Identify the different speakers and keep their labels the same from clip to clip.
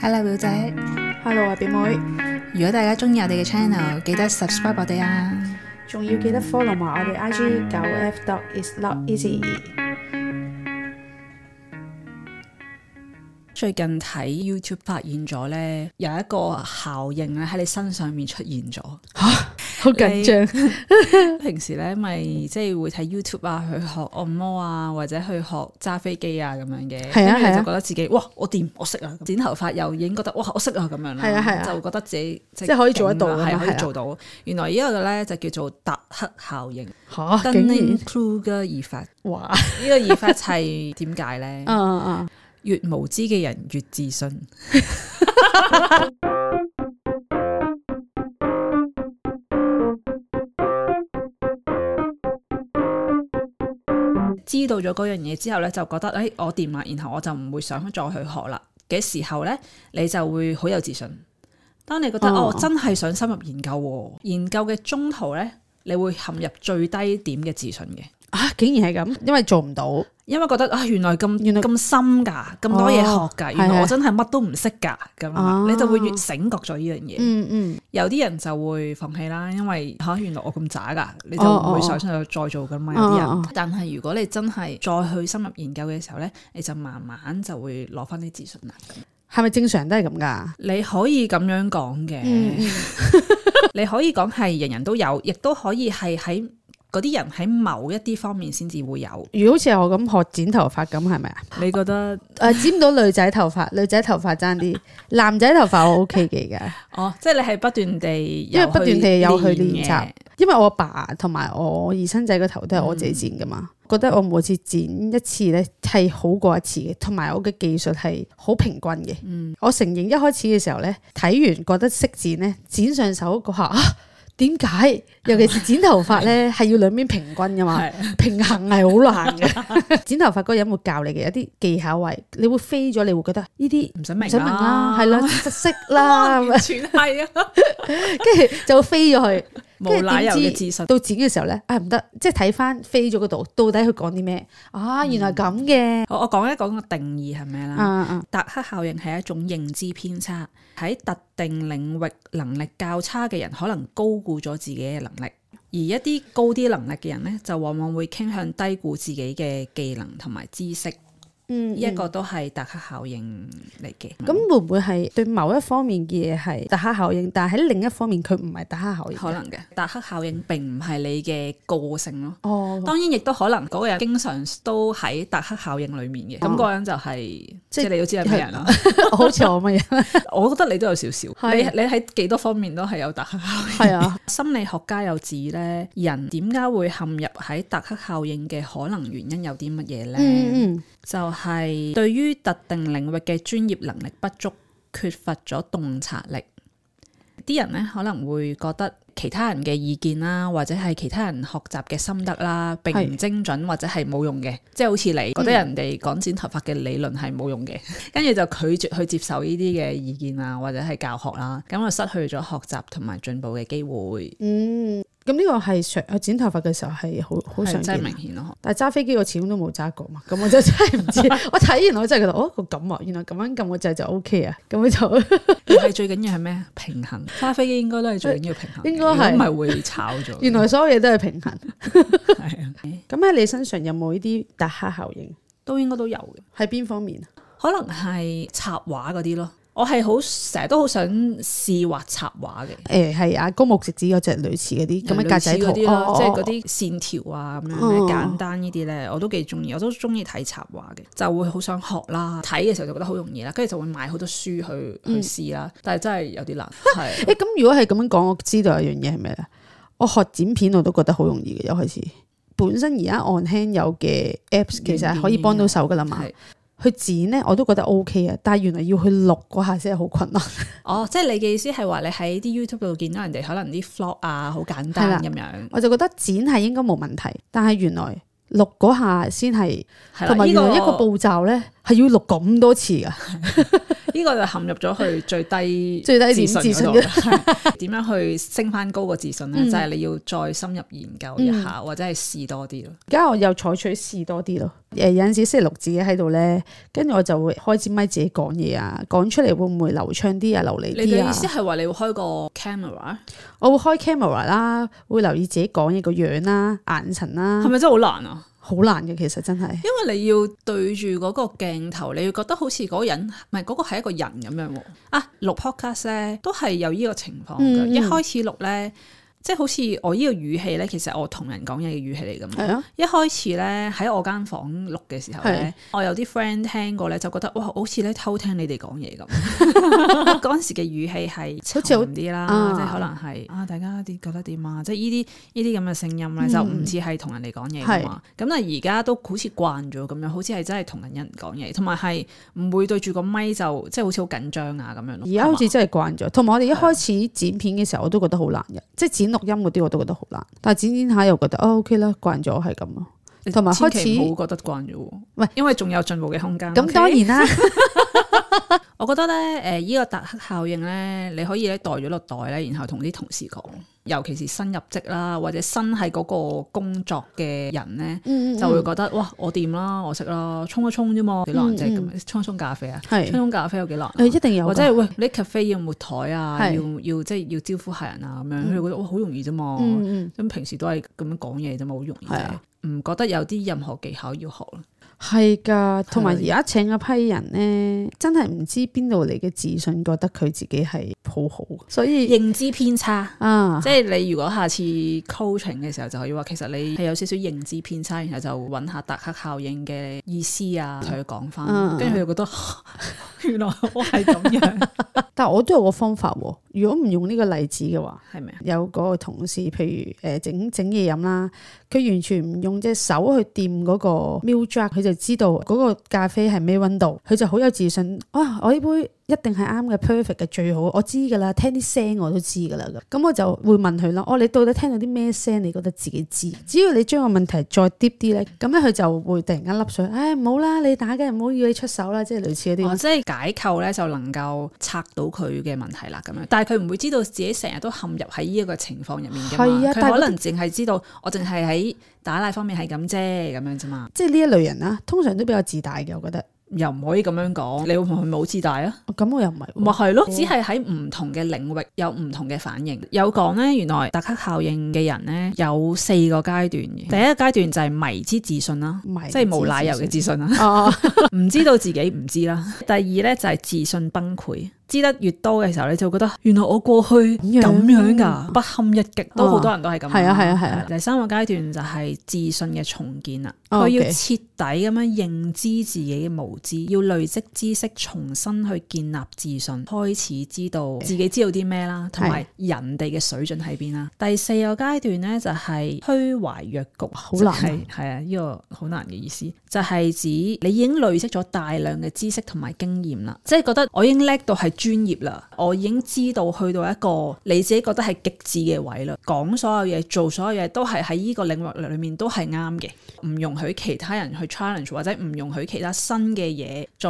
Speaker 1: Hello 表姐，
Speaker 2: Hello 啊，表妹，
Speaker 1: 如果大家中意我哋嘅 channel，記得 subscribe 我哋啊！
Speaker 2: 仲要記得 follow 埋我哋 IG 九 F dot is not easy。
Speaker 3: 最近睇 YouTube 發現咗咧，有一個效應咧喺你身上面出現咗。
Speaker 2: 好
Speaker 3: 緊
Speaker 2: 張，
Speaker 3: 平時咧咪即係會睇 YouTube 啊，去學按摩啊，或者去學揸飛機啊咁樣嘅。
Speaker 2: 係啊
Speaker 3: 跟住
Speaker 2: 係啊
Speaker 3: 你就覺得自己哇，我掂我識啊！剪頭髮又已經覺得哇，我識啊咁樣啦。
Speaker 2: 係啊係啊
Speaker 3: 就覺得自己即
Speaker 2: 即係可以做得到
Speaker 3: 勁啦
Speaker 2: 咁
Speaker 3: 係
Speaker 2: 啊
Speaker 3: 可
Speaker 2: 係啊
Speaker 3: 以做到。原來呢一個咧就叫做達克效應
Speaker 2: 吓
Speaker 3: （Dunning-Kruger effect）。
Speaker 2: 哇，
Speaker 3: 呢個 effect 係點解咧？
Speaker 2: 嗯嗯嗯，
Speaker 3: 越無知嘅人越自信。知道咗嗰樣嘢之後咧，就覺得誒、哎我掂啦，然後我就唔會想再去學啦嘅時候咧，你就會好有自信。當你覺得
Speaker 2: 哦
Speaker 3: 哦我真係想深入研究喎，研究嘅中途咧，你會陷入最低點嘅自信嘅。
Speaker 2: 啊，竟然係咁，因為做唔到，
Speaker 3: 因為覺得啊，原來咁
Speaker 2: 原來
Speaker 3: 咁深㗎，咁多嘢學㗎，
Speaker 2: 哦
Speaker 3: 原
Speaker 2: 係
Speaker 3: 來
Speaker 2: 係
Speaker 3: 我真係乜都唔識㗎，咁
Speaker 2: 哦
Speaker 3: 啊你就會越醒覺咗呢樣嘢。
Speaker 2: 嗯嗯，
Speaker 3: 有啲人就會放棄啦，因為嚇、原來我咁渣㗎，你就
Speaker 2: 哦哦
Speaker 3: 唔會想再再做㗎嘛。有
Speaker 2: 哦
Speaker 3: 啲人，
Speaker 2: 哦
Speaker 3: 但係如果你真係再去深入研究嘅時候咧，你就慢慢就會攞翻啲自信啦。
Speaker 2: 係咪正常都係咁噶？
Speaker 3: 你可以咁樣講嘅，
Speaker 2: 嗯
Speaker 3: 你可以講係人人都有，亦都可以係喺嗰啲人喺某一啲方面先至會有。
Speaker 2: 如果好似我咁學剪頭髮咁，係咪啊？
Speaker 3: 你覺得？
Speaker 2: 诶，剪到女仔頭髮，女仔頭髮爭啲， 男仔頭髮我 OK 嘅而家，
Speaker 3: 哦，即係你係不斷地
Speaker 2: 因為
Speaker 3: 為
Speaker 2: 不斷地有去練習
Speaker 3: 習，
Speaker 2: 因為我阿爸同埋我二生仔個頭都係我自己剪噶嘛，覺得我每次剪一次咧係好過一次嘅，同埋我嘅技術係好平均嘅。我承認一開始嘅時候咧，睇完覺得識剪咧，剪上手嗰下啊，點解？尤其是剪頭髮咧，係要兩邊平均噶嘛。
Speaker 3: 係
Speaker 2: 平衡係好難嘅，剪頭髮嗰個人會教你嘅有啲技巧位，你會飛咗，你會覺得呢啲
Speaker 3: 唔想
Speaker 2: 唔
Speaker 3: 明啊
Speaker 2: 想明啦，係啦，識識啦，咁
Speaker 3: 完
Speaker 2: 樣
Speaker 3: 全係啊，
Speaker 2: 跟住就會飛咗去。
Speaker 3: 無奶油嘅自
Speaker 2: 跟住點知
Speaker 3: 信，
Speaker 2: 到剪嘅時候咧，啊唔得，即係睇翻飛咗嗰度，到底佢講啲咩啊？
Speaker 3: 嗯
Speaker 2: 原來咁嘅，
Speaker 3: 我我講一講個定義係咩啦？
Speaker 2: 啊啊
Speaker 3: 達克效應係一種認知偏差，喺特定領域能力較差嘅人可能高估咗自己嘅能力，而一啲高啲能力嘅人呢，就往往會傾向低估自己嘅技能同埋知識，呢
Speaker 2: 嗯，
Speaker 3: 一
Speaker 2: 嗯
Speaker 3: 個都係達克效應嚟嘅。
Speaker 2: 咁會唔會係對某一方面嘅嘢係打黑效應，但係喺另一方面佢唔係打黑效應？
Speaker 3: 可能嘅達克效應並唔係你嘅個性咯。
Speaker 2: 哦，
Speaker 3: 當然亦都可能嗰個人經常都喺達克效應裡面嘅，
Speaker 2: 啊
Speaker 3: 咁嗰個人就係即係你都知係咩人啦。啊
Speaker 2: 好似我乜嘢？
Speaker 3: 我覺得你都有少少，
Speaker 2: 係
Speaker 3: 你你喺幾多方面都 係有達克效應。
Speaker 2: 係啊，
Speaker 3: 心理學家有指咧，人點解會陷入喺達克效應嘅可能原因有啲乜嘢咧？
Speaker 2: 嗯嗯
Speaker 3: 就係對於特定領域嘅專業能力不足，缺乏咗洞察力。啲人呢可能會覺得其他人嘅意見啦，或者係其他人學習嘅心得啦，並唔
Speaker 2: 係嗯
Speaker 3: 精準或者係冇用嘅，即係好似你覺得人哋講剪頭髮嘅理論係冇用嘅， 跟住就拒絕去接受呢啲嘅意見啊，或者係教學啦，咁就失去咗學習同埋進步嘅機會，
Speaker 2: 嗯，咁呢個係上我剪頭髮嘅時候係好好
Speaker 3: 係
Speaker 2: 常
Speaker 3: 真係
Speaker 2: 見。啊
Speaker 3: 明顯咯。
Speaker 2: 但係揸飛機我始終都冇揸過嘛，咁我就真係唔 知。我睇完我真係覺得，哦，個咁啊，原來咁樣撳個掣就 O K 啊，咁樣就
Speaker 3: 但係最緊要係咩？平衡揸飛機應該都係最緊要平衡嘅，
Speaker 2: 應該係
Speaker 3: 如果唔係會炒 咗。
Speaker 2: 原來所有嘢都係平衡。
Speaker 3: 係啊。
Speaker 2: 咁喺你身上有冇呢啲達克效應？
Speaker 3: 都應該都有嘅，
Speaker 2: 喺邊方面？啊
Speaker 3: 可能係插畫嗰啲咯。我係好成日都好想試畫插畫嘅，
Speaker 2: 誒係啊，高木直子嗰隻嗯類似嗰啲咁嘅格仔圖，哦
Speaker 3: 類似嗰啲咯，即係嗰
Speaker 2: 啲
Speaker 3: 啲線條啊咁樣
Speaker 2: 哦
Speaker 3: 咧，簡單呢啲咧，我都幾中意，我都中意睇插畫嘅，就會好想學啦。睇嘅時候就覺得好容易啦，跟住就會買好多書去去
Speaker 2: 嗯
Speaker 3: 試啦，但係真係有啲 難，係
Speaker 2: 誒咁。如果係咁樣講，我知道有樣嘢係咩啦？我學剪片我都覺得好容易嘅，一開始。本身而家 on hand 有嘅 apps 其實係可以幫到手噶啦嘛。
Speaker 3: 係
Speaker 2: 去剪咧我都覺得 O K 啊，但係原來要去錄嗰下先係好 困難。
Speaker 3: 哦，即係你嘅意思係話你喺啲 YouTube 度見到人哋可能啲 vlog 啊，好簡
Speaker 2: 係啦
Speaker 3: 單咁樣，
Speaker 2: 我就覺得剪係應該冇問題，但係原來錄嗰下先係，
Speaker 3: 係啦
Speaker 2: 同埋
Speaker 3: 呢
Speaker 2: 原來一個
Speaker 3: 個
Speaker 2: 步驟咧係要錄咁多次噶，
Speaker 3: 呢個就陷入咗去最低
Speaker 2: 最低點
Speaker 3: 自
Speaker 2: 自
Speaker 3: 信
Speaker 2: 信
Speaker 3: 嗰度
Speaker 2: 嘅
Speaker 3: 啦。 係點樣去升翻高個自信咧？
Speaker 2: 嗯
Speaker 3: 就係你要再深入研究一下，或者係試多啲咯。
Speaker 2: 而家我又採取試多啲咯。誒有陣時星期六自己喺度咧，跟住我就會開支咪自己講嘢啊，講出嚟會唔會流暢啲啊、流利
Speaker 3: 你嘅
Speaker 2: 啲
Speaker 3: 意思
Speaker 2: 啊？
Speaker 3: 係話你會開個 camera，
Speaker 2: 我會開 camera 啦，會留意自己講嘢個樣啦、眼神啦
Speaker 3: 係，咪真係好難啊？
Speaker 2: 好難嘅其實真係。
Speaker 3: 因為你要對住嗰個鏡頭，你要覺得好似嗰個人，唔係嗰個係一個人咁樣喎。啊，錄 podcast 咧都係有呢個情況嘅。
Speaker 2: 嗯嗯
Speaker 3: 一開始錄咧，即係好似我呢個語氣咧，其實我同人講嘢嘅語氣嚟㗎嘛。
Speaker 2: 係啊，
Speaker 3: 一開始咧喺我間房錄嘅時候咧
Speaker 2: 係，
Speaker 3: 我有啲 friend 聽過咧，就覺得哇，好似咧偷聽你哋講嘢咁。 嗰陣時嘅語氣係
Speaker 2: 好
Speaker 3: 沉
Speaker 2: 似好
Speaker 3: 啲啦，
Speaker 2: 啊
Speaker 3: 即係可能係啊，大家啲覺得點啊？即係呢啲呢啲咁嘅聲音咧，
Speaker 2: 嗯
Speaker 3: 就唔似係同人哋講嘢噶嘛。咁但係而家都好似慣咗咁樣，好似係真係同緊人講嘢，同埋係唔會對住個咪就即係好似好緊張啊咁樣咯。
Speaker 2: 而家好似真係慣咗，同埋我哋一開始剪片嘅時候，我都覺得好難嘅，即係剪錄音嗰啲我都覺得好難，但係剪剪下又覺得哦 OK 啦，慣咗係咁咯。
Speaker 3: 係嘛
Speaker 2: 同
Speaker 3: 千
Speaker 2: 埋
Speaker 3: 祈
Speaker 2: 開始
Speaker 3: 唔好覺得慣咗喎，
Speaker 2: 喂
Speaker 3: 因為仲有進步嘅空間。
Speaker 2: 咁
Speaker 3: OK？
Speaker 2: 當然啦，
Speaker 3: 我覺得咧，誒、依、個達克效應咧，你可以咧袋咗落袋咧，然後同啲同事講，尤其是新入職啦，或者新喺嗰個工作嘅人咧，
Speaker 2: 嗯
Speaker 3: 就會覺得哇，我掂啦，我識啦，沖一沖啫嘛，幾難啫咁樣，沖一沖咖啡啊，沖一
Speaker 2: 嗯係
Speaker 3: 沖咖啡有幾難啊。
Speaker 2: 誒一定有㗎，
Speaker 3: 或者係喂，你 cafe 要抹台啊，要
Speaker 2: 係
Speaker 3: 要即係要招呼客人啊，咁樣佢哋覺得哇好容易啫嘛，
Speaker 2: 嗯嗯
Speaker 3: 咁平時都係咁樣講嘢啫嘛，好容易
Speaker 2: 係
Speaker 3: 啫
Speaker 2: 啊，
Speaker 3: 唔覺得有啲任何技巧要學咯。
Speaker 2: 係㗎，同埋而家請嗰批人咧，真係唔知邊度嚟嘅自信，覺得佢自己係好好，所以
Speaker 3: 認知偏差。
Speaker 2: 啊
Speaker 3: 即係你如果下次 coaching 嘅時候，就可以話其實你係有少少認知偏差，然後就揾下達克效應嘅意思啊，同佢講翻
Speaker 2: 嗯，
Speaker 3: 跟住佢就覺得 原來我係咁 樣，
Speaker 2: 但我都有個方法喎。如果唔用呢個例子嘅話，
Speaker 3: 係咪啊？
Speaker 2: 有個同事譬如誒整整嘢飲啦，佢完全唔用隻手去掂嗰個 milk jug，佢就知道嗰個咖啡係咩温度，佢就好有自信。啊，我呢杯一定係啱嘅 perfect 嘅最好，我知㗎啦，聽啲聲我都知㗎啦。咁咁我就會問佢咯，哦，你到底聽到啲咩聲？你覺得自己知？只要你將個問題再 deep 啲咧，咁咧佢就會突然間笠水，唉、唔好啦，你打嘅唔好要你出手啦，即係類似嗰啲。
Speaker 3: 哦，即係解構咧就能夠拆到佢嘅問題啦，咁樣。但係佢唔會知道自己成日都陷入喺呢一個情況入面㗎嘛。
Speaker 2: 係啊
Speaker 3: 佢
Speaker 2: 但係
Speaker 3: 可能淨係知道我淨係喺打奶方面係咁啫，咁樣啫嘛。
Speaker 2: 即係呢一類人啦，通常都比較自大嘅，我覺得。
Speaker 3: 又唔可以咁樣講，你會唔會冇自大啊？
Speaker 2: 哦咁我又唔係喎，
Speaker 3: 咪係咯，只係喺唔同嘅領域有唔同嘅反應。有講呢，原來達克效應嘅人呢，有四個階段嘅。第一個階段就係迷之自信啦，
Speaker 2: 迷之
Speaker 3: 即係無奶油嘅自信啊啦，
Speaker 2: 哦，
Speaker 3: 唔知道自己唔知啦。第二呢，就係自信崩潰，知得越多嘅時候你就會覺得原來我過去
Speaker 2: 咁樣哦
Speaker 3: 咁樣㗎，不堪一擊，都好多人都係咁。
Speaker 2: 係啊係啊係啊。
Speaker 3: 第三個階段就係自信嘅重建啦，
Speaker 2: 哦
Speaker 3: 佢要
Speaker 2: OK
Speaker 3: 徹底咁樣認知自己嘅無知，要累積知識，重新去建立自信，開始知道自己知道啲咩啦，同埋人哋嘅水準喺邊啦。第四個階段呢，就係虛懷若谷，好
Speaker 2: 難啊
Speaker 3: 係係啊，呢個好難嘅意思，就係指你已經累積咗大量嘅知識同埋經驗啦，即係覺得我已經叻到係專業啦，我已經知道去到一個你自己覺得係極致嘅位啦，講所有嘢、做所有嘢都係喺呢個領域裏面都係啱嘅，唔容許其他人去 challenge 或者唔容許其他新嘅嘢再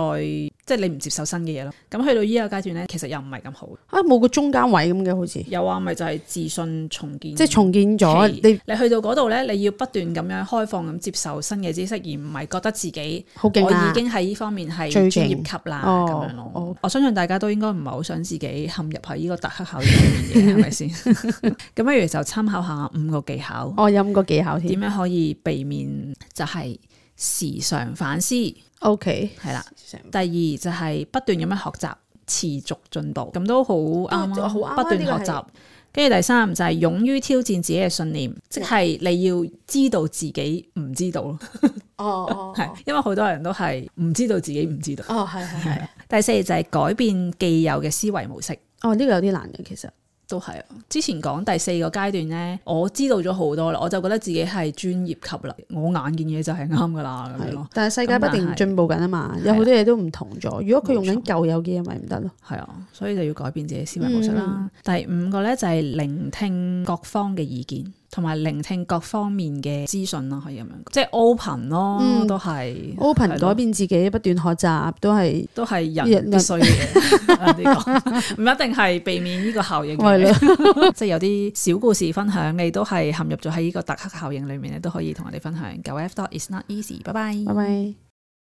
Speaker 3: 即係你唔接受新嘅嘢咯。咁去到呢個階段呢，其實又唔係咁好，
Speaker 2: 啊冇個中間位咁嘅，好似
Speaker 3: 有啊，咪就係自信重建，
Speaker 2: 即係重建咗
Speaker 3: 期
Speaker 2: 你
Speaker 3: 你去到嗰度咧，你要不斷咁樣開放咁接受新嘅知識，而唔係覺得自己
Speaker 2: 好勁啊
Speaker 3: 我
Speaker 2: 啦
Speaker 3: 已，經喺呢方面係
Speaker 2: 最
Speaker 3: 專業
Speaker 2: 勁
Speaker 3: 級啦
Speaker 2: 哦
Speaker 3: 咁樣咯
Speaker 2: 哦。
Speaker 3: 我相信大家都應該唔係好想自己陷入喺呢個特克效應入面嘅，係咪 先？咁不如就參考下五個技巧，
Speaker 2: 我飲過技巧
Speaker 3: 點
Speaker 2: 添。
Speaker 3: 樣可以避免就係時常反思，係
Speaker 2: O K，
Speaker 3: 啦。第二就係不斷咁樣學習，持續進步，咁都好啱啊
Speaker 2: 好啱啊
Speaker 3: 不斷學
Speaker 2: 呢個
Speaker 3: 習
Speaker 2: 係。
Speaker 3: 跟住第三就係勇於挑戰自己嘅信
Speaker 2: 哦
Speaker 3: 念，即係你要知道自己唔知道咯，
Speaker 2: 哦
Speaker 3: 係、因為好多人都係唔知道自己唔知道。
Speaker 2: 哦係係係，
Speaker 3: 第四就係改變既有嘅思維模式，
Speaker 2: 哦呢個有啲難嘅其實，
Speaker 3: 都係啊。之前講第四個階段呢，我知道咗好多啦，我就覺得自己係專業級啦，我眼見嘢就係啱噶啦咁樣咯
Speaker 2: 係，但係世界不
Speaker 3: 咁但
Speaker 2: 停
Speaker 3: 係
Speaker 2: 進步緊啊嘛，有好多嘢都唔同咗。如果佢用緊舊有嘅嘢，咪唔得咯。
Speaker 3: 係啊，嗯所以就要改變自己思維模式啦。第五個呢，就係聆聽各方嘅意見。同埋聆聽各方面嘅資訊咯，可以咁樣講，即係 open 咯，
Speaker 2: 嗯
Speaker 3: 都係
Speaker 2: open
Speaker 3: 係咯
Speaker 2: 改變自己，不斷學習都係
Speaker 3: 都係
Speaker 2: 人
Speaker 3: 人必須嘅，呢 個唔一定係避免呢個效應
Speaker 2: 為
Speaker 3: 嘅，
Speaker 2: 咯。
Speaker 3: 即係有啲小故事分享，你都係陷入咗喺呢個特克效應裏面咧，都可以同我哋分享。九 F dot is not easy，拜拜
Speaker 2: 拜。拜。